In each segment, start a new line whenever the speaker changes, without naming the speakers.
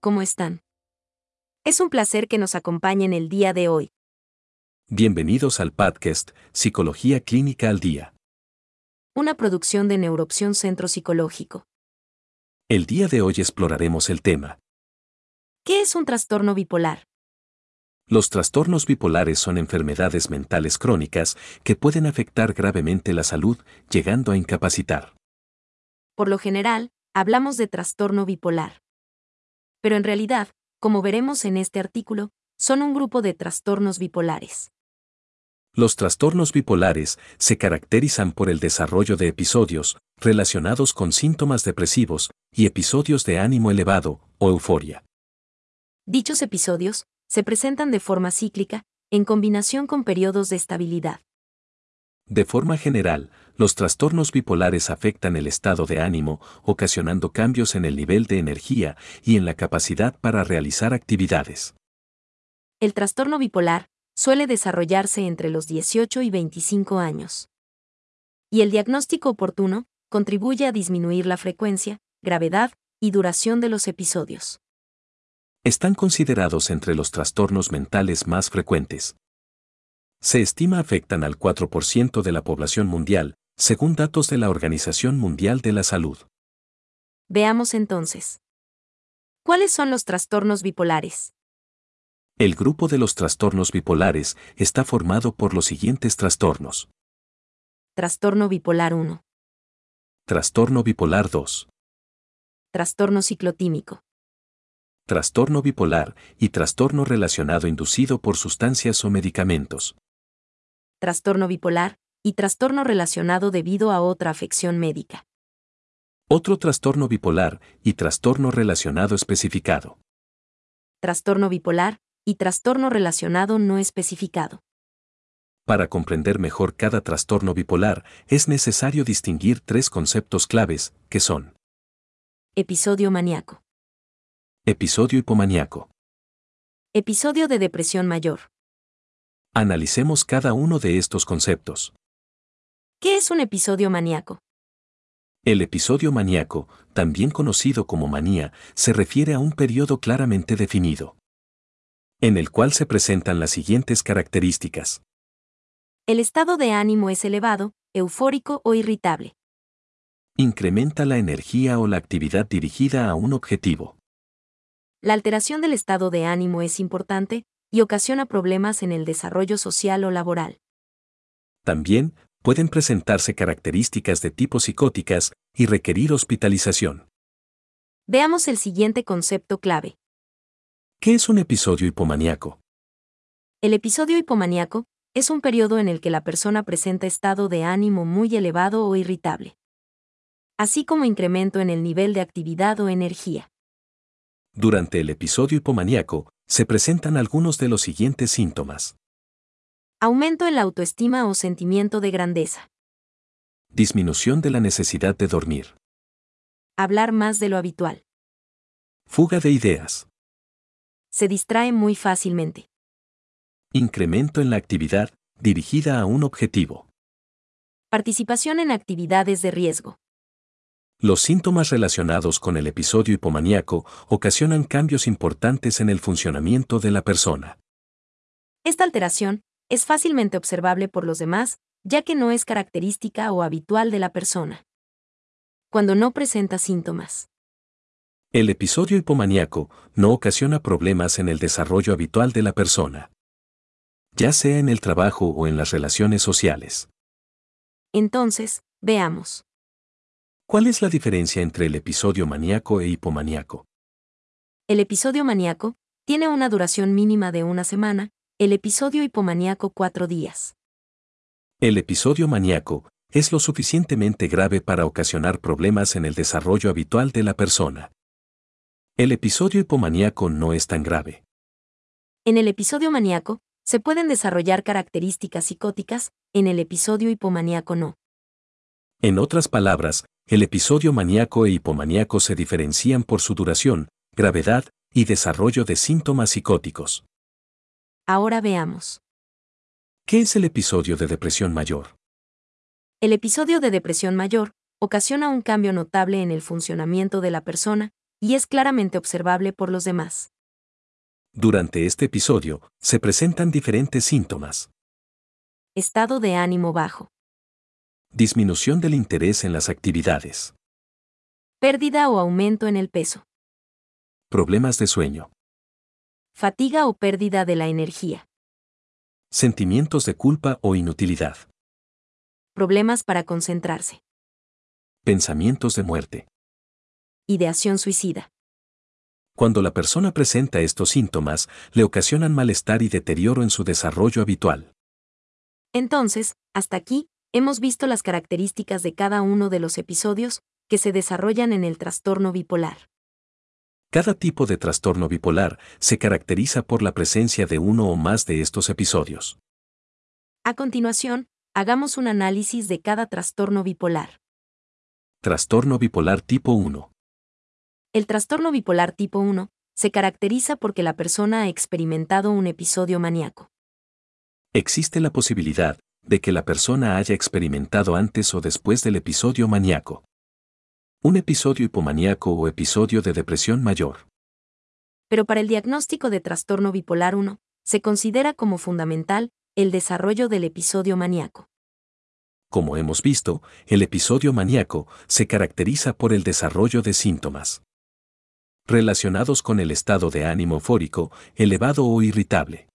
¿cómo están? Es un placer que nos acompañen el día de hoy.
Bienvenidos al podcast Psicología Clínica al Día.
Una producción de Neuroopción Centro Psicológico.
El día de hoy exploraremos el tema.
¿Qué es un trastorno bipolar?
Los trastornos bipolares son enfermedades mentales crónicas que pueden afectar gravemente la salud, llegando a incapacitar.
Por lo general, hablamos de trastorno bipolar. Pero en realidad, como veremos en este artículo, son un grupo de trastornos bipolares.
Los trastornos bipolares se caracterizan por el desarrollo de episodios relacionados con síntomas depresivos y episodios de ánimo elevado o euforia.
Dichos episodios se presentan de forma cíclica, en combinación con periodos de estabilidad.
De forma general, los trastornos bipolares afectan el estado de ánimo, ocasionando cambios en el nivel de energía y en la capacidad para realizar actividades.
El trastorno bipolar suele desarrollarse entre los 18 y 25 años. Y el diagnóstico oportuno contribuye a disminuir la frecuencia, gravedad y duración de los episodios.
Están considerados entre los trastornos mentales más frecuentes. Se estima afectan al 4% de la población mundial, según datos de la Organización Mundial de la Salud.
Veamos entonces. ¿Cuáles son los trastornos bipolares?
El grupo de los trastornos bipolares está formado por los siguientes trastornos.
Trastorno bipolar 1,
Trastorno bipolar 2,
trastorno ciclotímico,
trastorno bipolar y trastorno relacionado inducido por sustancias o medicamentos.
trastorno bipolar y trastorno relacionado debido a otra afección médica.
Otro trastorno bipolar y trastorno relacionado especificado.
Trastorno bipolar y trastorno relacionado no especificado.
Para comprender mejor cada trastorno bipolar, es necesario distinguir tres conceptos claves, que son
Episodio maníaco.
episodio hipomaníaco.
Episodio de depresión mayor.
Analicemos cada uno de estos conceptos.
¿Qué es un episodio maníaco?
El episodio maníaco, también conocido como manía, se refiere a un periodo claramente definido, en el cual se presentan las siguientes características.
El estado de ánimo es elevado, eufórico o irritable.
Incrementa la energía o la actividad dirigida a un objetivo.
La alteración del estado de ánimo es importante y ocasiona problemas en el desarrollo social o laboral.
También pueden presentarse características de tipo psicóticas y requerir hospitalización.
Veamos el siguiente concepto clave.
¿Qué es un episodio hipomaníaco?
El episodio hipomaníaco es un periodo en el que la persona presenta estado de ánimo muy elevado o irritable, así como incremento en el nivel de actividad o energía.
Durante el episodio hipomaníaco, se presentan algunos de los siguientes síntomas.
Aumento en la autoestima o sentimiento de grandeza.
Disminución de la necesidad de dormir.
Hablar más de lo habitual.
Fuga de ideas.
Se distrae muy fácilmente.
Incremento en la actividad, dirigida a un objetivo.
Participación en actividades de riesgo.
Los síntomas relacionados con el episodio hipomaníaco ocasionan cambios importantes en el funcionamiento de la persona.
Esta alteración es fácilmente observable por los demás, ya que no es característica o habitual de la persona. Cuando no presenta síntomas.
El episodio hipomaníaco no ocasiona problemas en el desarrollo habitual de la persona, ya sea en el trabajo o en las relaciones sociales.
Entonces, veamos.
¿Cuál es la diferencia entre el episodio maníaco e hipomaníaco?
El episodio maníaco tiene una duración mínima de una semana, el episodio hipomaníaco cuatro días.
El episodio maníaco es lo suficientemente grave para ocasionar problemas en el desarrollo habitual de la persona. El episodio hipomaníaco no es tan grave.
En el episodio maníaco, se pueden desarrollar características psicóticas, en el episodio hipomaníaco no.
En otras palabras, el episodio maníaco e hipomaníaco se diferencian por su duración, gravedad y desarrollo de síntomas psicóticos.
Ahora veamos.
¿Qué es el episodio de depresión mayor?
El episodio de depresión mayor ocasiona un cambio notable en el funcionamiento de la persona, y es claramente observable por los demás.
Durante este episodio, se presentan diferentes síntomas.
Estado de ánimo bajo.
Disminución del interés en las actividades.
Pérdida o aumento en el peso.
Problemas de sueño.
Fatiga o pérdida de la energía.
Sentimientos de culpa o inutilidad.
Problemas para concentrarse.
Pensamientos de muerte.
Ideación suicida.
Cuando la persona presenta estos síntomas, le ocasionan malestar y deterioro en su desarrollo habitual.
Entonces, hasta aquí, hemos visto las características de cada uno de los episodios que se desarrollan en el trastorno bipolar.
Cada tipo de trastorno bipolar se caracteriza por la presencia de uno o más de estos episodios.
A continuación, hagamos un análisis de cada trastorno bipolar.
Trastorno bipolar tipo 1.
El trastorno bipolar tipo 1 se caracteriza porque la persona ha experimentado un episodio maníaco.
Existe la posibilidad de que la persona haya experimentado antes o después del episodio maníaco. Un episodio hipomaníaco o episodio de depresión mayor.
Pero para el diagnóstico de trastorno bipolar 1, se considera como fundamental el desarrollo del episodio maníaco.
Como hemos visto, el episodio maníaco se caracteriza por el desarrollo de síntomas relacionados con el estado de ánimo eufórico, elevado o irritable.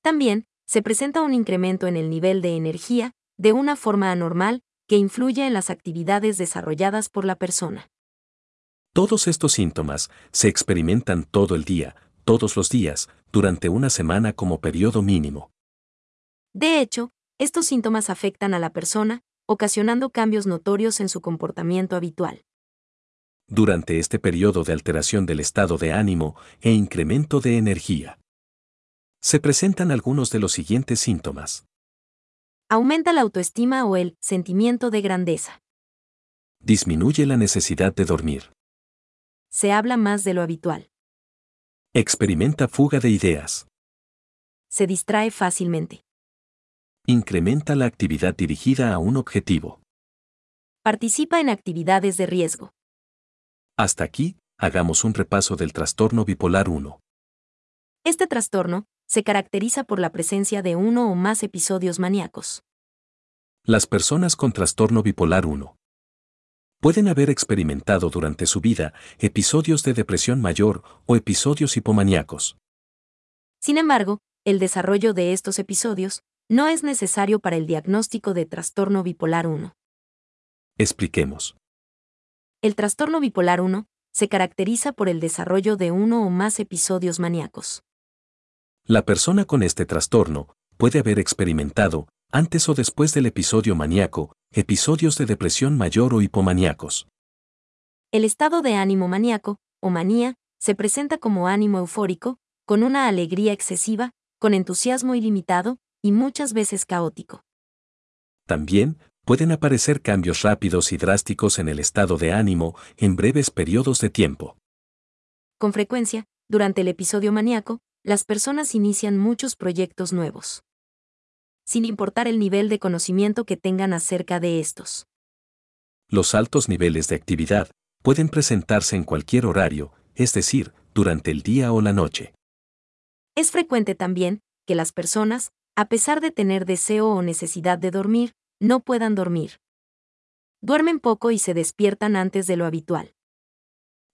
También, se presenta un incremento en el nivel de energía, de una forma anormal, que influye en las actividades desarrolladas por la persona.
Todos estos síntomas se experimentan todo el día, todos los días, durante una semana como periodo mínimo.
De hecho, estos síntomas afectan a la persona, ocasionando cambios notorios en su comportamiento habitual.
Durante este periodo de alteración del estado de ánimo e incremento de energía, se presentan algunos de los siguientes síntomas.
Aumenta la autoestima o el sentimiento de grandeza.
Disminuye la necesidad de dormir.
Se habla más de lo habitual.
Experimenta fuga de ideas.
Se distrae fácilmente.
Incrementa la actividad dirigida a un objetivo.
Participa en actividades de riesgo.
Hasta aquí, hagamos un repaso del trastorno bipolar 1.
Este trastorno se caracteriza por la presencia de uno o más episodios maníacos.
Las personas con trastorno bipolar 1 pueden haber experimentado durante su vida episodios de depresión mayor o episodios hipomaníacos.
Sin embargo, el desarrollo de estos episodios no es necesario para el diagnóstico de trastorno bipolar 1.
Expliquemos.
El trastorno bipolar 1 se caracteriza por el desarrollo de uno o más episodios maníacos.
La persona con este trastorno puede haber experimentado, antes o después del episodio maníaco, episodios de depresión mayor o hipomaníacos.
El estado de ánimo maníaco, o manía, se presenta como ánimo eufórico, con una alegría excesiva, con entusiasmo ilimitado, y muchas veces caótico.
También pueden aparecer cambios rápidos y drásticos en el estado de ánimo en breves periodos de tiempo.
Con frecuencia, durante el episodio maníaco, las personas inician muchos proyectos nuevos. Sin importar el nivel de conocimiento que tengan acerca de estos.
Los altos niveles de actividad pueden presentarse en cualquier horario, es decir, durante el día o la noche.
Es frecuente también que las personas, a pesar de tener deseo o necesidad de dormir, no puedan dormir. Duermen poco y se despiertan antes de lo habitual.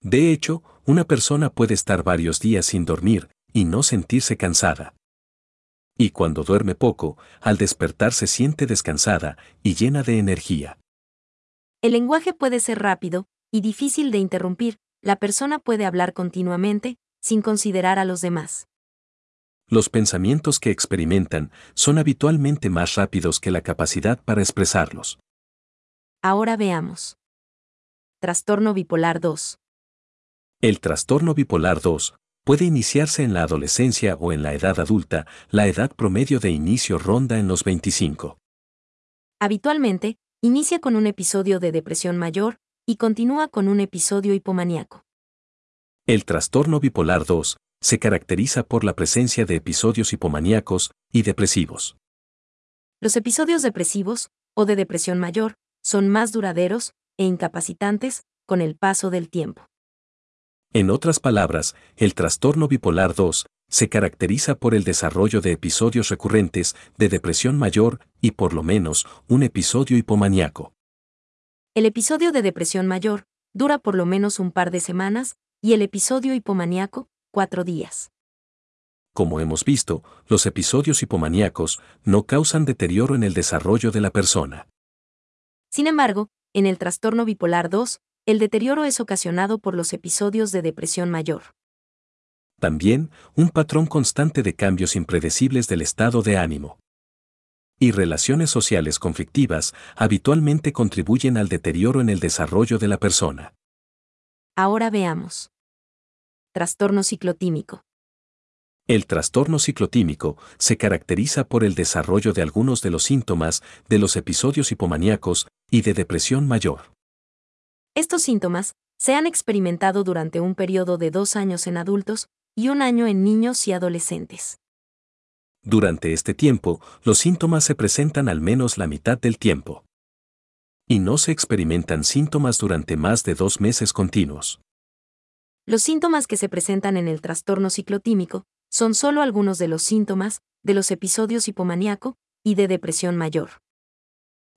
De hecho, una persona puede estar varios días sin dormir y no sentirse cansada. Y cuando duerme poco, al despertar se siente descansada y llena de energía.
El lenguaje puede ser rápido y difícil de interrumpir, la persona puede hablar continuamente, sin considerar a los demás.
Los pensamientos que experimentan son habitualmente más rápidos que la capacidad para expresarlos.
Ahora veamos. Trastorno bipolar 2.
El trastorno bipolar 2 puede iniciarse en la adolescencia o en la edad adulta, la edad promedio de inicio ronda en los 25.
Habitualmente, inicia con un episodio de depresión mayor y continúa con un episodio hipomaníaco.
El trastorno bipolar 2 se caracteriza por la presencia de episodios hipomaníacos y depresivos.
Los episodios depresivos, o de depresión mayor, son más duraderos e incapacitantes con el paso del tiempo.
En otras palabras, el trastorno bipolar 2 se caracteriza por el desarrollo de episodios recurrentes de depresión mayor y por lo menos un episodio hipomaníaco.
El episodio de depresión mayor dura por lo menos un par de semanas y el episodio hipomaníaco, cuatro días.
Como hemos visto, los episodios hipomaníacos no causan deterioro en el desarrollo de la persona.
Sin embargo, en el trastorno bipolar 2, el deterioro es ocasionado por los episodios de depresión mayor.
También, un patrón constante de cambios impredecibles del estado de ánimo. Y relaciones sociales conflictivas habitualmente contribuyen al deterioro en el desarrollo de la persona.
Ahora veamos. Trastorno ciclotímico.
El trastorno ciclotímico se caracteriza por el desarrollo de algunos de los síntomas de los episodios hipomaníacos y de depresión mayor.
Estos síntomas se han experimentado durante un periodo de dos años en adultos y un año en niños y adolescentes.
Durante este tiempo, los síntomas se presentan al menos la mitad del tiempo. Y no se experimentan síntomas durante más de dos meses continuos.
Los síntomas que se presentan en el trastorno ciclotímico son solo algunos de los síntomas de los episodios hipomaníaco y de depresión mayor.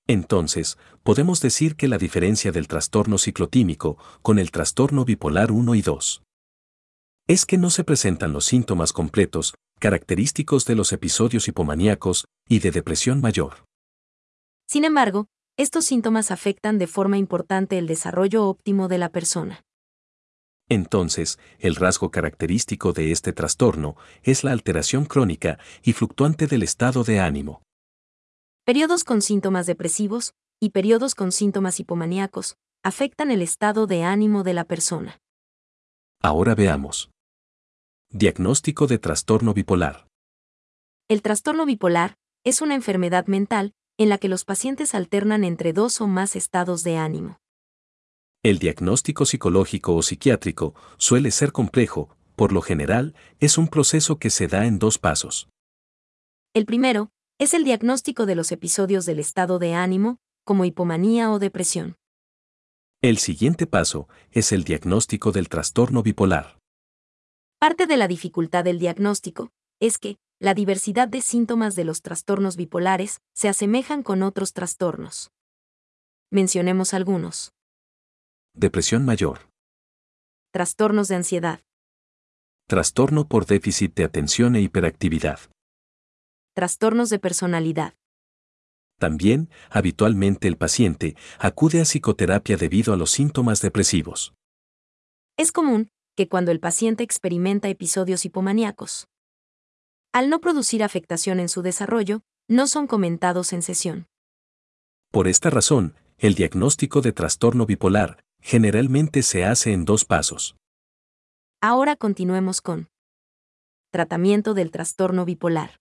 Entonces, podemos decir que la diferencia del trastorno ciclotímico con el trastorno bipolar 1 y 2 es que no se presentan los síntomas completos, característicos de los episodios hipomaníacos y de depresión mayor.
Sin embargo, estos síntomas afectan de forma importante el desarrollo óptimo de la persona.
Entonces, el rasgo característico de este trastorno es la alteración crónica y fluctuante del estado de ánimo.
Periodos con síntomas depresivos y periodos con síntomas hipomaníacos afectan el estado de ánimo de la persona.
Ahora veamos. Diagnóstico de trastorno bipolar.
El trastorno bipolar es una enfermedad mental en la que los pacientes alternan entre dos o más estados de ánimo.
El diagnóstico psicológico o psiquiátrico suele ser complejo, por lo general, es un proceso que se da en dos pasos.
El primero es el diagnóstico de los episodios del estado de ánimo, como hipomanía o depresión.
El siguiente paso es el diagnóstico del trastorno bipolar.
Parte de la dificultad del diagnóstico es que la diversidad de síntomas de los trastornos bipolares se asemejan con otros trastornos. Mencionemos algunos.
Depresión mayor.
Trastornos de ansiedad.
Trastorno por déficit de atención e hiperactividad.
Trastornos de personalidad.
También, habitualmente el paciente acude a psicoterapia debido a los síntomas depresivos.
Es común que cuando el paciente experimenta episodios hipomaníacos, al no producir afectación en su desarrollo, no son comentados en sesión.
Por esta razón, el diagnóstico de trastorno bipolar generalmente se hace en dos pasos.
Ahora continuemos con tratamiento del trastorno bipolar.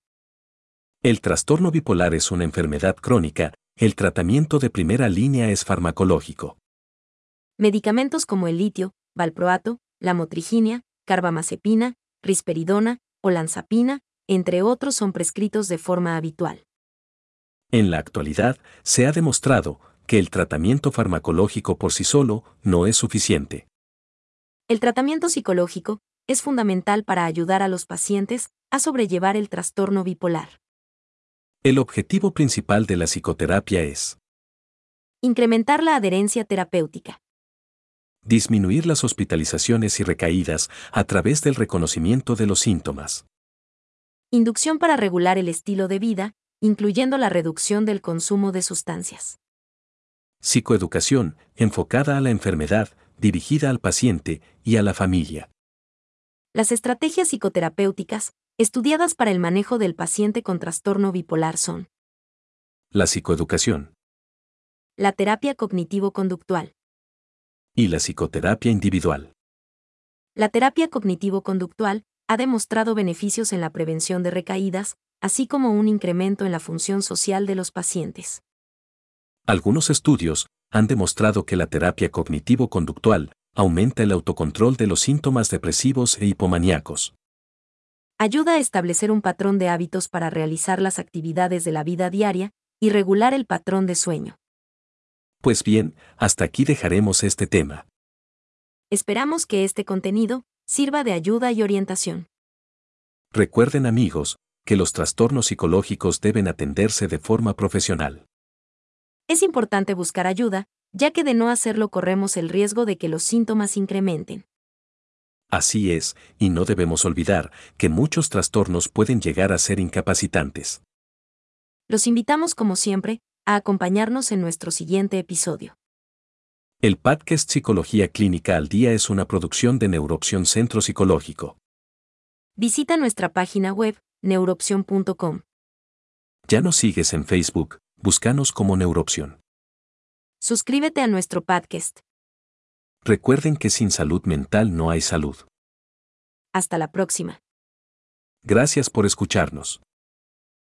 El trastorno bipolar es una enfermedad crónica, el tratamiento de primera línea es farmacológico.
Medicamentos como el litio, valproato, la motriginia, carbamazepina, risperidona o lanzapina, entre otros, son prescritos de forma habitual.
En la actualidad, se ha demostrado que el tratamiento farmacológico por sí solo no es suficiente.
El tratamiento psicológico es fundamental para ayudar a los pacientes a sobrellevar el trastorno bipolar.
El objetivo principal de la psicoterapia es
Incrementar la adherencia terapéutica.
disminuir las hospitalizaciones y recaídas a través del reconocimiento de los síntomas,
Inducción para regular el estilo de vida, incluyendo la reducción del consumo de sustancias.
psicoeducación enfocada a la enfermedad, dirigida al paciente y a la familia,
Las estrategias psicoterapéuticas estudiadas para el manejo del paciente con trastorno bipolar son
la psicoeducación
la terapia cognitivo-conductual,
y la psicoterapia individual.
La terapia cognitivo-conductual ha demostrado beneficios en la prevención de recaídas, así como un incremento en la función social de los pacientes.
Algunos estudios han demostrado que la terapia cognitivo-conductual aumenta el autocontrol de los síntomas depresivos e hipomaníacos.
Ayuda a establecer un patrón de hábitos para realizar las actividades de la vida diaria y regular el patrón de sueño.
Pues bien, hasta aquí dejaremos este tema.
Esperamos que este contenido sirva de ayuda y orientación.
Recuerden amigos, que los trastornos psicológicos deben atenderse de forma profesional.
Es importante buscar ayuda, ya que de no hacerlo corremos el riesgo de que los síntomas incrementen.
Así es, y no debemos olvidar que muchos trastornos pueden llegar a ser incapacitantes.
Los invitamos, como siempre, a acompañarnos en nuestro siguiente episodio.
El podcast Psicología Clínica al Día es una producción de Neuroopción Centro Psicológico.
Visita nuestra página web, neuroopción.com.
Ya nos sigues en Facebook, búscanos como Neuroopción.
Suscríbete a nuestro podcast.
Recuerden que sin salud mental no hay salud.
Hasta la próxima.
Gracias por escucharnos.